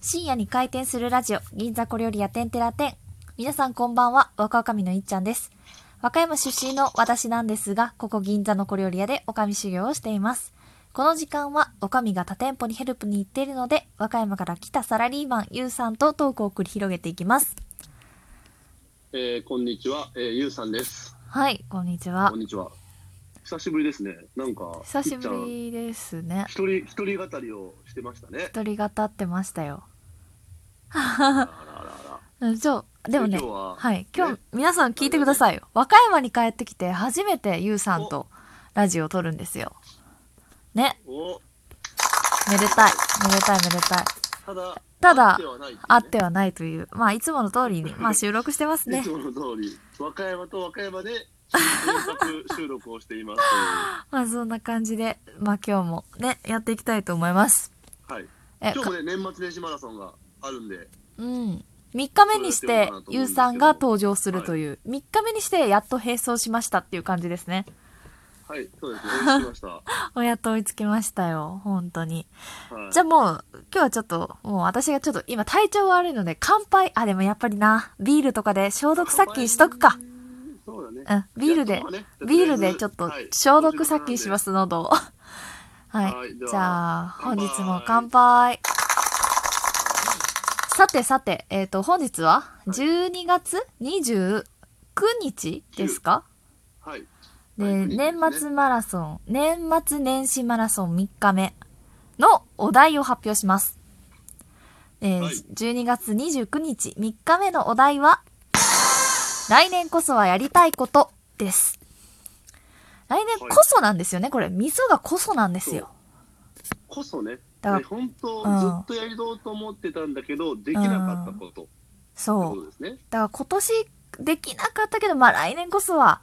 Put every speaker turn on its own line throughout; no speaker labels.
深夜に開店するラジオ、銀座小料理屋テンテラテン。皆さんこんばんは、若女将のいっちゃんです。和歌山出身の私なんですが、ここ銀座の小料理屋で女将修行をしています。この時間は、女将が他店舗にヘルプに行っているので、和歌山から来たサラリーマン、ゆうさんとトークを繰り広げていきます。
えー、こんにちは、えー、ゆうさんです。
はい、こんにちは
こん。にちは。久しぶりですね。なんか、
久し
いっちゃ
ぶ
ん
りですね。
一人、一人語りをしてまし たね。
一人語ってましたよ。
あらあらあら
うんそう、でもね、
今日は
はい、今日
ね
皆さん聞いてくださいよ。和歌山に帰ってきて初めてゆうさんとラジオを撮るんですよ。ね、
お、
めでたい、めでたい、めでたい。
ただ、
ただ
あってはない
あってはないという、まあいつもの通りに、 まあ収録してます
ね。い
ね
つ。もの通り、和歌山と和 歌山で収録収録をしています。
まあそんな感じで、まあ今日もね、やっていきたいと思います。
はい。
え、
今
か
日もね、年末年始マラソンがあるんで、
うん。3日目にし
そうやっててもらおうかなと思うんですけ、ど
ゆうさんが登場するという、3日目にしてやっと並走しましたっていう感じですね。
はい、そ うですね、応援してました。は
おやっと追いつきましたよ、本当に。
い。
じゃあもう、今日はちょっと、もう私がちょっと今体調悪いので乾杯、あ、でもやっぱりな、ビールとかで消毒殺菌しとくか。
そうだね。
うん、ビールで
じゃあ今日はね、。
ビールでちょっと消毒殺菌しますす、喉を。は
はいいで。は
じゃあ、本
乾杯
日も乾杯。さてさて、えっ、と、本日はい12月29日ですか、
はい。
で、年末
ね
マラソン、年末年始マラソン3日目のお題を発表します。えー
はい
12月29日3日目のお題は、来年こそはやりたいことです。来年こそなんですよね、これ。味噌がこそなんですよ。
こそね、
だから
ね本当、
うん
ずっとやりようと思ってたんだけど、できなかったことって
そう
ことですね。
だから今年できなかったけど、まあ来年こそは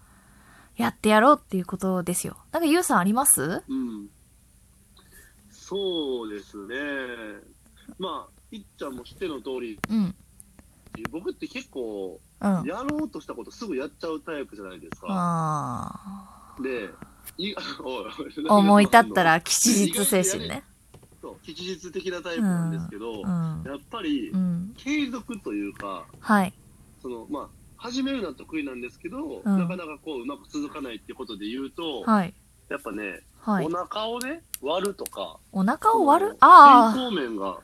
やってやろうっていうことですよ。なんかゆうさんあります
うん。そうですね。まあ、いっちゃんも知っての通り、
うん。
僕って結構、
うん。あ
やろうとしたことすぐやっちゃうタイプじゃないですか。
あー。
で、い おい
思い立ったら吉日精神ね。
そう吉日的なタイプなんですけど、
うん。
やっぱり
う、ん。
継続というか、
はい。
その、まあ、始めるのは得意なんですけど、
うん
なかなかこう、うまく続かないってことで言うと、
はい。
やっぱね、
はい
お。腹をね、割るとか、
お腹を割
そ
る
の
あ
健康面が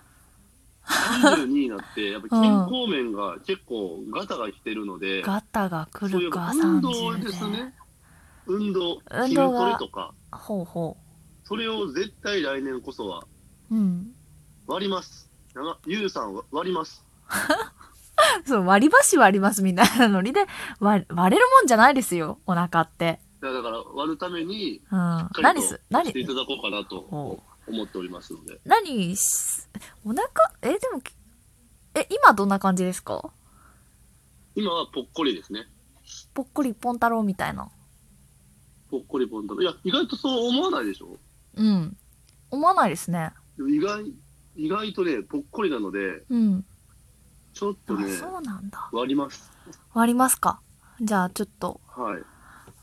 32になって、やっぱ健康面が結構ガタが来てるので、
あ。ガタが来
そうい
る
う
か、
運動で
30
す
で
ね。。運動、
運
筋
動
ト
が
レとか、
ほうほ
それを絶対来年こそは
う。うん。
割ります。やなゆうさんは割ります。
そう、割り箸割りますみたいなノリで、割、割れるもんじゃないですよ、お腹って。
いやだから割るために、
うん
し。っかり
何
と
す、
してい
何
た、だこうかなと
ほ
思っておりますので。
何し、お腹、え、でも、え、今どんな感じですか
今はぽっこりですね。
ぽっこりぽん太郎みたいな。
ぽっこりぽんと。いや、意外とそう思わないでしょ
うん。思わないですね。
でも意外、意外とね、ぽっこりなので、
うん。
ちょっと
あ、
ね、
そうなんだ。
割ります。
割りますかじゃあちょっと、
はい。
う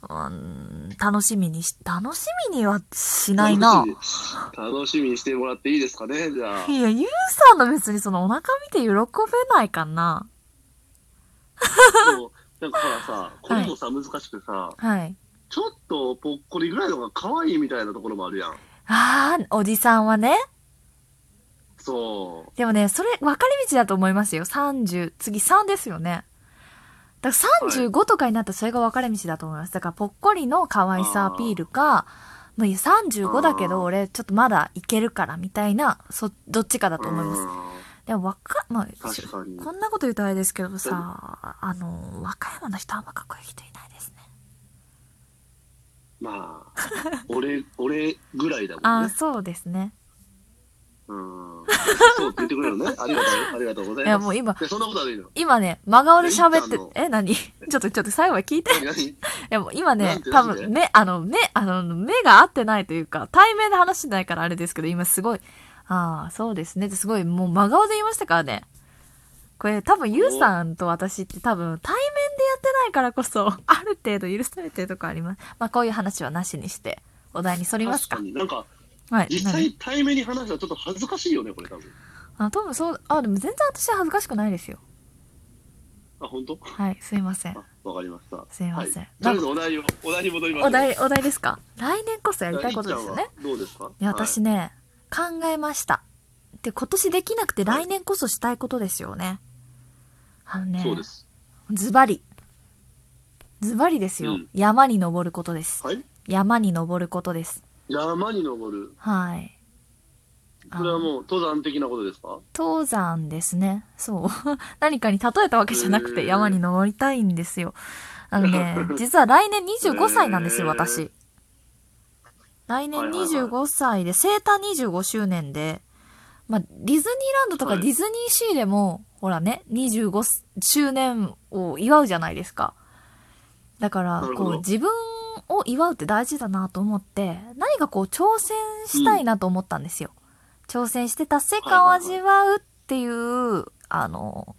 ーん、楽しみにし、楽しみにはしないな。
楽しみにしてもらっていいですかね、じゃあ。
いや、ゆうさんの別にそのお腹見て喜べないかな。
でもなんかほらさ、これもさ、難しくさ、
はい。
ちょっとぽっこりぐらいのが可愛いみたいなところもあるやん。
ああ、おじさんはね。
そう。
でもね、それ分かれ道だと思いますよ。30、次3ですよね。だから35とかになったらそれが分かれ道だと思います。だからぽっこりの可愛さ
あー
アピールか、まあいや35だけ
あ
ど
ー
俺ちょっとまだいけるからみたいな、そ、どっちかだと思います。でも、わか、まあ、し
確かに
こんなこと言うとあれですけどさ、あの、和歌山の人あんまかっこいい人いないですね。
うん。まあ、俺、俺ぐらいだも
あ
ん
あ、
ね。
そうですね。
うん。そうって言ってくれるのね。ありがとう、ありがとうございます。
いや、もう今、
いやそんなことはないの。
今ね、真顔で喋っ
いいじゃんもう
て、え、何 ちょっと、ちょっと最後は聞い て。い
何何
や、もう今
な
ね
んて、
多
なんて
分、目、あの、目、あの、目が合ってないというか、対面で話してないからあれですけど、今すごい、ああ、そうですねってすごい、もう真顔で言いましたからね。これ多分、ゆうさんと私って多分、対面でやってないからこそ、 ある程度許されてるとこあります。まあ、こういう話はなしにして、お題に沿ります
確
か
か。に。なんか、
はい。
実際対面に話したらちょっと恥ずかしいよね、これ多分。
何あ、多分そう、あ、でも全然私は恥ずかしくないですよ。
あ、本当
はい、すいません。
あ、わかりました。
すいません
はいとりあえずお題を、お題に戻ります。
お題、お題ですか来年こそやりたいことですよ
あ
ね
っ。ちゃんはどうですか
いや、私
は
ね、考えました。で、今年できなくて来年こそしたいことですよね。あの
い
ね、
そうです。
ズバリ。ズバリですよ。
うん
山に登ることです。
はい
山に登ることです。
山に登る。
はい。
これはもう登山的なことですか
登山ですね。そう。 何かに例えたわけじゃなく
へ
て
ー
山に登りたいんですよ。あの ね、実は来年25歳なんですよ、
へー
私。来年
はいはいはい
25歳で、生誕25周年で、まあ、ディズニーランドとか
はい
ディズニーシーでも、ほらね、25周年を祝うじゃないですか。だから
なる、ほ
こ
ど
う、自分を祝うって大事だなと思って、何かこう、挑戦したいなと思ったんですよ。挑戦して達成感を味わうっていう、あの、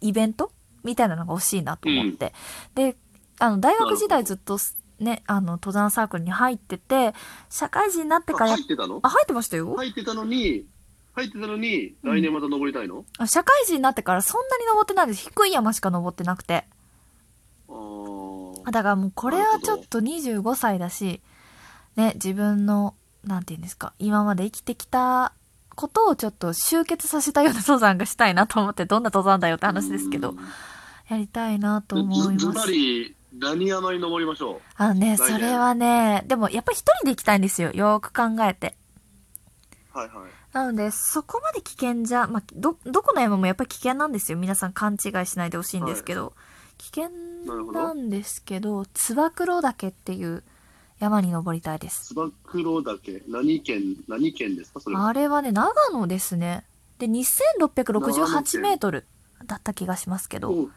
イベントみたいなのが欲しいなと思って。で、あの、大学時代ずっとすね、あの、登山サークルに入ってて、社会人になって
あ
から
入、ってたの
あ、入ってましたよ。
入ってたのに、入ってたのに、
うん
来年また登りたいの、
あ社会人になってからそんなに登ってないです。低い山しか登ってなくて。
あ
あ
あ。
だからもうこれはちょっ
なる
と25歳だし、ね、自分の、なんて言うんですか、今まで生きてきたことをちょっと集結させたような登山がしたいなと思って、どんな登山だよって話ですけ
う
ど
ん、。
やりたいなと思い
ずず
ま
ば
す。
り、何山に登りましょ
あのね、
来年
それはね、でもやっぱ一人で行きたいんですよ。よーく考えて。
う。はいはい。
なので、そこまで危険じゃ、まあ、ど、どこの山もやっぱり危険なんですよ。皆さん勘違いしないでほしいんですけど。危険なんですけど、つば九郎岳っていう山に登りたいです。
つば九郎岳、何県、何県ですかそれは。
あれはね、長野ですね。で、2668メートルだった気がしますけど。
お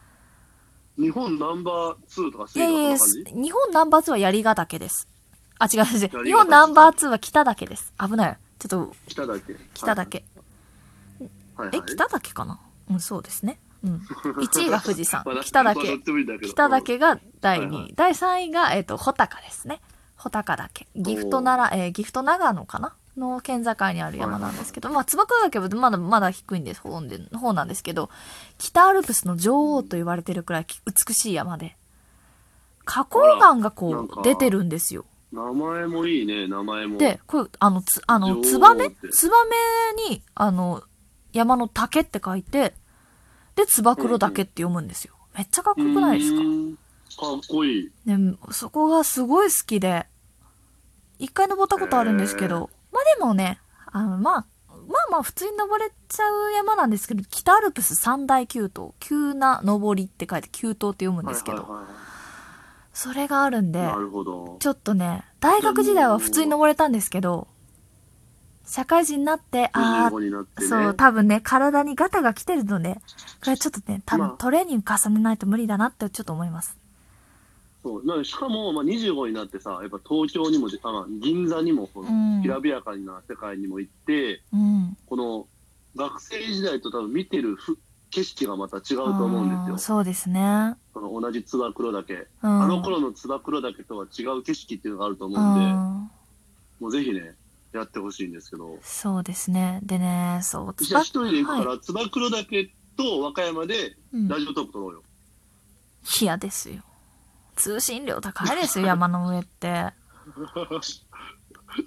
日本ナンバー2とか3とか
い
そ
やい
ん
や、
な感じ
す日本ナンバー2は槍ヶ岳です。あ、違う違う。
岳
日本ナンバー2は北岳です。危ない。ちょっと、
北岳。
北岳。
はいはい。
え、北岳かなうん、そうですね。 うん。1位が富士山
まあ。
北
まあど
岳
っ。ちもいいんだけど
北岳が第2位、
はいはい
第3位が、えっと穂高ですね穂高岳岐阜と奈良、えー岐阜と長野かなの県境にある山なんですけど、まあ、つば九岳はまだまだ低いんです方で方なんですけど北アルプスの女王と言われてるくらいき美しい山で花崗岩が
あらなん
こう
か
出てるんですよ
名前もいいね、名前も。
でこれあのつあの
女王
ツバメ
って
ツバメにあの山の竹って書いてでつば九郎岳って読むんですよめっちゃかっこよくないですか
うーんかっこいい。
ね、そこがすごい好きで、一回登ったことあるんですけど、まあでもね、あの、まあ、まあまあ普通に登れちゃう山なんですけど、北アルプス三大急登、急な登りって書いて急登って読むんですけど、
はいはいは
それがあるん
い
で
な、るほど。
ちょっとね、大学時代は普通に登れたんですけど、社会人になって、あ
25になって
あ、
ね。
そう、多分ね、体にガタが来てるので、これちょっとね、多
ま
分
あ
トレーニング重ねないと無理だなってちょっと思います。
そうなんかしかも、まあ、25になってさ、やっぱ東京にも出、あまあ銀座にも、こ
うん
の、きらびやかな世界にも行って、
うん。
この、学生時代と多分見てるふ景色がまた違うと思うん
あー
ですよ。
そうですね。
その同じつば黒岳。
うん、
あの頃のつば黒岳とは違う景色っていうのがあると思
う
うんで、
ん、
もうぜひね、やってほしいんですけど。
そうですね。でね、そう、
じゃあ一人で行くから、つば黒岳と和歌山で
うん
ラジオトーク撮ろうよ。
嫌ですよ。通信料高いですよ、山の上って。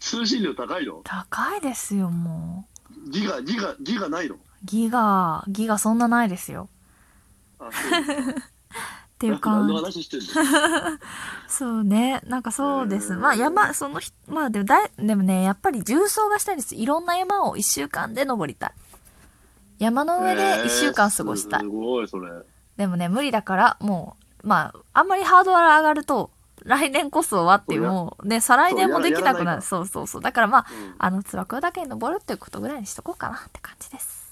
通信量高いの
高いですよ、も
ギガ、ギガ、ギガないの
う。ギガ、ギガそんなないですよ。
あ、そうですか。
っていう
何の
感じ。
話してんの
そうね。なんかそうです。
うん
まあ山、そのひ、まあでもだい、でもね、やっぱり重走がしたいです。いろんな山を一週間で登りたい。山の上で一週間過ごしたい
えー。すごい、それ。
でもね、無理だから、もう、まあ、あんまりハードル上がると、来年こそはって、
そうや
もう、ね、再来年もできなくなる。
そ
そうそうそう。だからまあ、
うん
あの、つば九だけに登るっていうことぐらいにしとこうかなって感じです。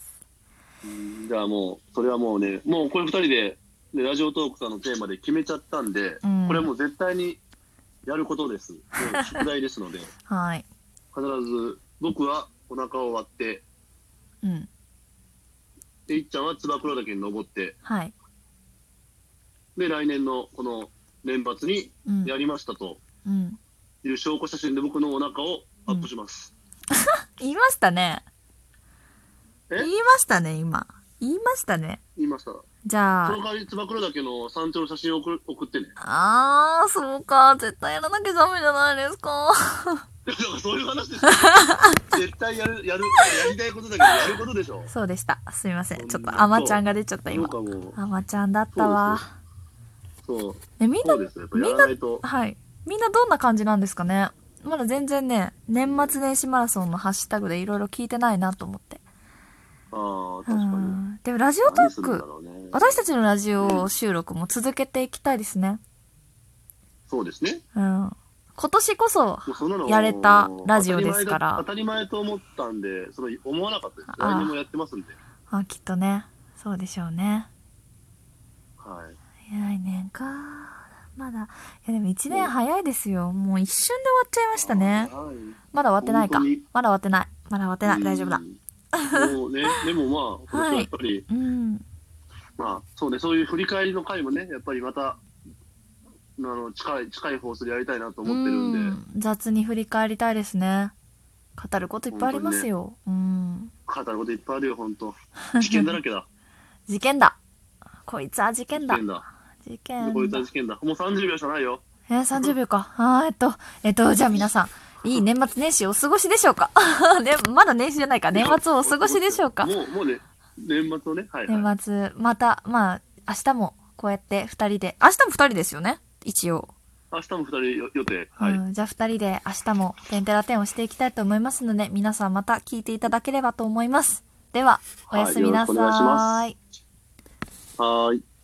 うんじゃあもう、それはもうね、もうこれ二人で、ね、ラジオトークさんのテーマで決めちゃったんで、
うん
これはもう絶対にやることです。もう宿題ですので、必
はい。
ず僕はお腹を割って、
うん。
で、いっちゃんはつば九郎岳に登って、
はい。
で、来年のこの年末に
うん。
やりましたと
うん。
いう証拠写真で僕のお腹をアップします。
言いましたね。
え
言いましたね、今。言いましたね。
言いました。そ
じゃ
の代
あ、
わり、つば九郎岳の山頂の写真を送る送 ってね。
あー、そうか。絶対やらなきゃダメじゃないですか。
だからそういう話です よ。絶対やる、やる、やりたいことだけど、やることでしょ。
そうでした。すみません。ちょっと、アマちゃんが出ちゃった、
なん
今。
かもう、
アマちゃんだったわ。
そう、
え、みん
そ
な
うですよ。やっぱやらないと。
はい。みんなどんな感じなんですかねまだ全然ね、年末年始マラソンのハッシュタグでいろいろ聞いてないなと思って。
ああ、
う
確かに。
ん。でもラジオト
何す
ー
るんだ
ク、
ろうね。
私たちのラジオ収録も続けていきたいですね。
そうですね。
うん。今年こそ、
もうそんなの
やれたラジオですから
当たり前だ当たり前と思ったんで、それ思わなかったです。
あー
来年もやってますんで。
あ、きっとね、そうでしょうね。
はい。
来年か。まだ、いやでも1年早いですよ。もう一瞬で終わっちゃいましたね。
はい。
まだ終わってないか。
本
まだ終
当に
わってない。まだ終わってない。大丈夫だ。
うん。もうね、でもまあ、今年はやっぱり、
うん。
まあ、そうね、そういう振り返りの回もね、やっぱりまた、あの近い、近い放送でやりたいなと思ってるんで、
うん雑に振り返りたいですね語ることいっぱいありますよ、うん
語ることいっぱいあるよ、本当。事件だらけだ。
事件だこいつ は事件
事
だ
件だ。
事件
こういった
だ
事件だ。もう30秒しかないよ。
えー、30秒かあーえっとえっとじゃあ皆さんいい年末年始お過ごしでしょうか ねまだ年始じゃないか年末をお過ごしでしょうか
もう、もうね、年末をね、はい、はい。
年末またまあ明日もこうやって2人で明日も2人ですよね一応、
明日も二人よ予定。はい。
うん、じゃあ2人で明日も「てんてらてん」をしていきたいと思いますので皆さんまた聞いていただければと思いますではおやすみなさ
はいよろしくお願いし
ー
ま
い
はーい。